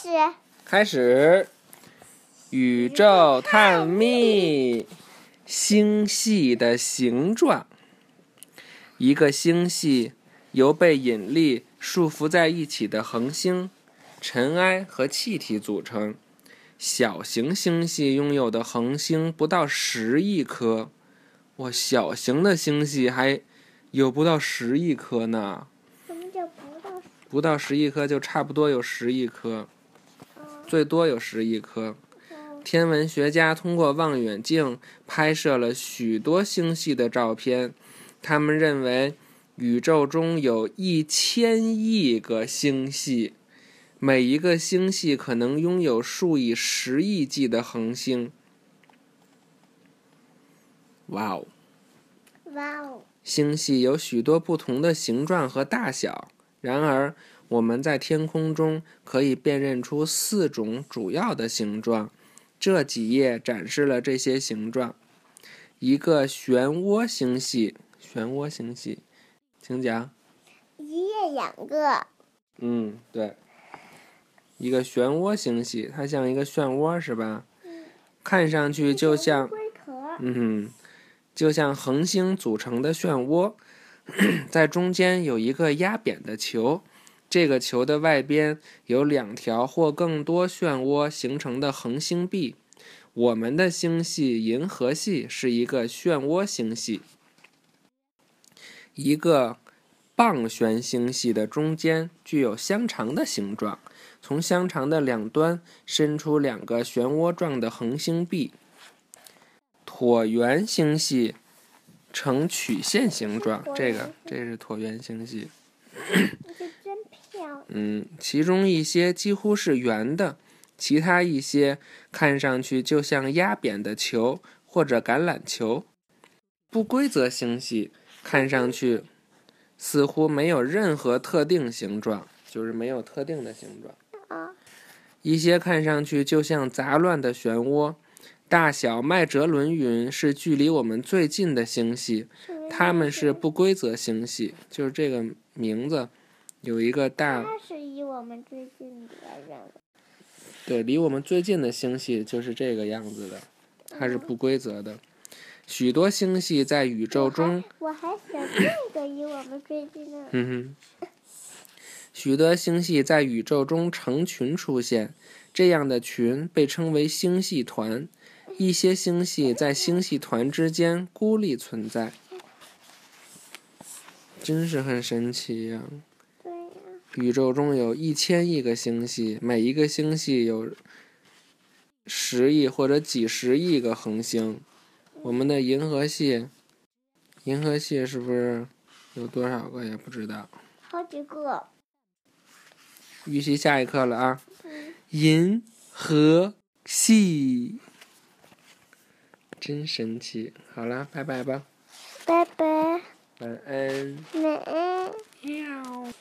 始。开始，宇宙探秘，星系的形状。一个星系由被引力束缚在一起的恒星、尘埃和气体组成。小型星系拥有的恒星不到十亿颗，哇，小型的星系还有不到十亿颗呢，什么叫不到手？不到十亿颗就差不多有十亿颗，哦最多有十亿嗯颗。天文学家通过望远镜拍摄了许多星系的照片，他们认为宇宙中有一千亿个星系，每一个星系可能拥有数以十亿计的恒星。哇哦！哇哦！星系有许多不同的形状和大小，然而我们在天空中可以辨认出四种主要的形状。这几页展示了这些形状。一个漩涡星系，漩涡星系，请讲。一夜两个，嗯，对，一个漩涡星系，它像一个漩涡是吧？看上去就像龟壳。嗯，就像恒星组成的漩涡， 在中间有一个压扁的球，这个球的外边有两条或更多漩涡形成的恒星壁。我们的星系银河系是一个漩涡星系，一个棒旋星系的中间具有香肠的形状，从香肠的两端伸出两个漩涡状的恒星壁。椭圆星系呈曲线形状，这个这是椭圆星系。你这真漂亮。嗯，其中一些几乎是圆的，其他一些看上去就像压扁的球或者橄榄球。不规则星系看上去似乎没有任何特定形状，就是没有特定的形状。啊，一些看上去就像杂乱的漩涡。大小麦哲伦云是距离我们最近的星系，它们是不规则星系，就是这个名字有一个大它是以我们最近的人，对，离我们最近的星系就是这个样子的，它是不规则的。许多星系在宇宙中，我还想这个以我们最近的嗯哼，许多星系在宇宙中成群出现，这样的群被称为星系团。一些星系在星系团之间孤立存在，真是很神奇啊呀、对呀、宇宙中有一千亿个星系，每一个星系有十亿或者几十亿个恒星。我们的银河系，银河系是不是有多少个也不知道？好几个。预习下一课了啊！嗯，银河系，真神奇。好了，拜拜吧，拜拜，晚安。晚安，喵。喵